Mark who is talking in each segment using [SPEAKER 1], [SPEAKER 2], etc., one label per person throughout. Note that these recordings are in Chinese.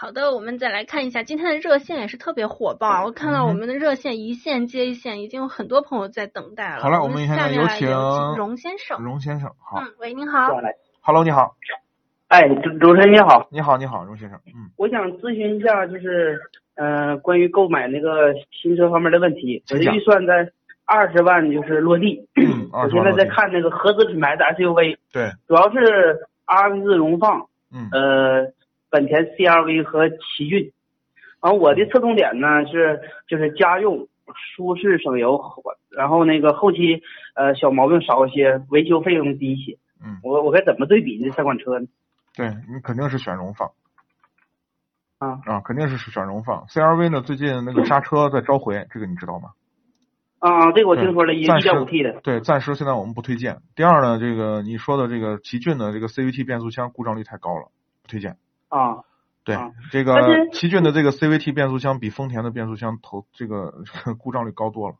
[SPEAKER 1] 好的，我们再来看一下今天的热线也是特别火爆，啊嗯我看到我们的热线一线接一线，已经有很多朋友在等待了。
[SPEAKER 2] 好了
[SPEAKER 1] 我
[SPEAKER 2] 我们
[SPEAKER 1] 们
[SPEAKER 2] 现
[SPEAKER 1] 下
[SPEAKER 2] 在
[SPEAKER 1] 面
[SPEAKER 2] 有
[SPEAKER 1] 来
[SPEAKER 2] 请
[SPEAKER 1] 荣先生。
[SPEAKER 2] 荣先生，好、
[SPEAKER 1] 嗯，喂，您好。
[SPEAKER 2] h e l l o 你好，
[SPEAKER 3] 哎，主主持人你好，
[SPEAKER 2] 你好，你好，荣先生， 嗯，
[SPEAKER 3] 我想咨询一下，就是呃，关于购买那个新车方面的问题。我
[SPEAKER 2] 请
[SPEAKER 3] 的
[SPEAKER 2] 讲
[SPEAKER 3] 预算在二十万，就是落地。
[SPEAKER 2] 嗯20
[SPEAKER 3] 我
[SPEAKER 2] 万
[SPEAKER 3] 现在
[SPEAKER 2] 落
[SPEAKER 3] 在
[SPEAKER 2] 地
[SPEAKER 3] 看那个合资品牌的 SUV，
[SPEAKER 2] 对，
[SPEAKER 3] 主要是阿克斯荣放、
[SPEAKER 2] 嗯，
[SPEAKER 3] 呃，本田 CR-V 和奇骏。然后我的侧重点呢是就是家用、舒适、省油，然后那个后期呃小毛病少一些，维修费用低一些。
[SPEAKER 2] 嗯
[SPEAKER 3] 我我该怎么对比这三款车呢？
[SPEAKER 2] 对你肯定是选荣放
[SPEAKER 3] 啊
[SPEAKER 2] 啊，肯定是选荣放，CRV 呢最近那个刹车在召回，这个你知道吗？
[SPEAKER 3] 啊，这个我
[SPEAKER 2] 对
[SPEAKER 3] 听说了，一
[SPEAKER 2] 暂
[SPEAKER 3] 一
[SPEAKER 2] 时
[SPEAKER 3] 点五 T 的。
[SPEAKER 2] 对，暂时现在我们不推荐。第二呢，这个你说的这个奇骏的这个 CVT 变速箱故障率太高了，不推荐。
[SPEAKER 3] 啊，
[SPEAKER 2] 对，
[SPEAKER 3] 啊
[SPEAKER 2] 这
[SPEAKER 3] 但
[SPEAKER 2] 个
[SPEAKER 3] 是
[SPEAKER 2] 奇骏的这个 CVT 变速箱比丰田的变速箱头这个 故障率高多了，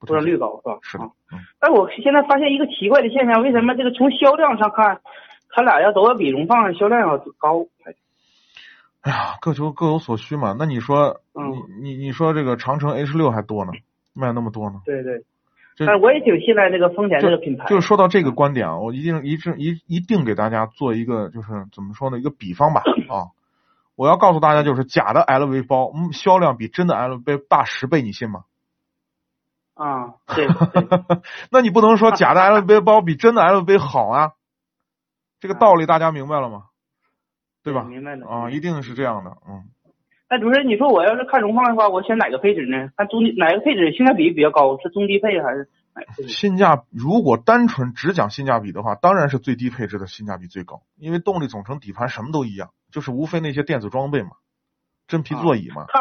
[SPEAKER 2] 不
[SPEAKER 3] 故
[SPEAKER 2] 推
[SPEAKER 3] 障率
[SPEAKER 2] 荐。
[SPEAKER 3] 高是吧？
[SPEAKER 2] 是的
[SPEAKER 3] 啊
[SPEAKER 2] 嗯
[SPEAKER 3] 但我现在发现一个奇怪的现象，为什么这个从销量上看，它俩要都要比荣放销量要高？
[SPEAKER 2] 哎呀，各求各有所需嘛。那你说，
[SPEAKER 3] 嗯
[SPEAKER 2] 你你你说这个长城 H 六还多呢，卖那么多呢？
[SPEAKER 3] 对对。
[SPEAKER 2] 这
[SPEAKER 3] 但我也挺信赖这个丰田
[SPEAKER 2] 就
[SPEAKER 3] 这个品牌。
[SPEAKER 2] 就是说到这
[SPEAKER 3] 嗯
[SPEAKER 2] 个观点啊，我一定一致一一定给大家做一个就是怎么说呢，一个比方 吧啊。我要告诉大家，就是假的 LV 包，嗯，销量比真的 LV 大十倍，你信吗？
[SPEAKER 3] 啊，对对
[SPEAKER 2] 那你不能说假的 LV 包比真的 LV 好啊，这个道理大家明白了吗？对吧？
[SPEAKER 3] 嗯明白了
[SPEAKER 2] 啊，一定是这样的，嗯，
[SPEAKER 3] 那主持人，你说我要是看荣放的话，我选哪个配置呢？看中低哪个配置性价比比较高？是中低配还是哪个配置？
[SPEAKER 2] 性价如果单纯只讲性价比的话，当然是最低配置的性价比最高，因为动力总成、底盘什么都一样，就是无非那些电子装备嘛，真皮座椅嘛，
[SPEAKER 3] 它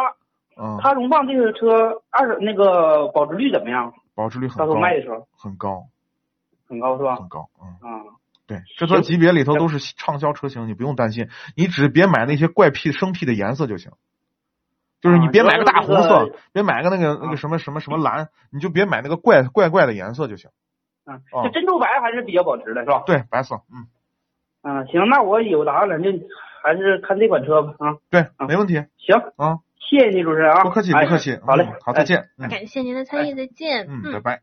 [SPEAKER 2] 啊、
[SPEAKER 3] 它荣放这个车二那个保值率怎么样？
[SPEAKER 2] 保值率
[SPEAKER 3] 到
[SPEAKER 2] 很
[SPEAKER 3] 时
[SPEAKER 2] 高
[SPEAKER 3] 候，卖的时候
[SPEAKER 2] 很高，
[SPEAKER 3] 很高是吧？
[SPEAKER 2] 很高，嗯，
[SPEAKER 3] 啊，
[SPEAKER 2] 对，这段
[SPEAKER 3] 行
[SPEAKER 2] 级别里头都是畅销车型，你不用担心，你只别买那些怪癖生僻的颜色就行。就是你
[SPEAKER 3] 啊
[SPEAKER 2] 别
[SPEAKER 3] 主要
[SPEAKER 2] 买个
[SPEAKER 3] 是
[SPEAKER 2] 大
[SPEAKER 3] 那
[SPEAKER 2] 红
[SPEAKER 3] 个
[SPEAKER 2] 色，别买个那个那
[SPEAKER 3] 啊
[SPEAKER 2] 个什么什么什么蓝，你就别买那个怪怪怪的颜色就行。
[SPEAKER 3] 嗯，
[SPEAKER 2] 啊
[SPEAKER 3] 就珍珠白还是比较保值的是吧？
[SPEAKER 2] 对，白色，嗯，
[SPEAKER 3] 嗯，行，那我有答案了，就还是看这款车吧啊。
[SPEAKER 2] 对，
[SPEAKER 3] 啊
[SPEAKER 2] 没问题，
[SPEAKER 3] 行，
[SPEAKER 2] 啊，
[SPEAKER 3] 谢谢你主持人啊，
[SPEAKER 2] 不客气，不
[SPEAKER 3] 哎
[SPEAKER 2] 客气，
[SPEAKER 3] 好嘞
[SPEAKER 2] 嗯，好，
[SPEAKER 3] 哎
[SPEAKER 2] 再见，嗯
[SPEAKER 1] 哎感谢您的参与，再见。
[SPEAKER 2] 嗯，拜拜。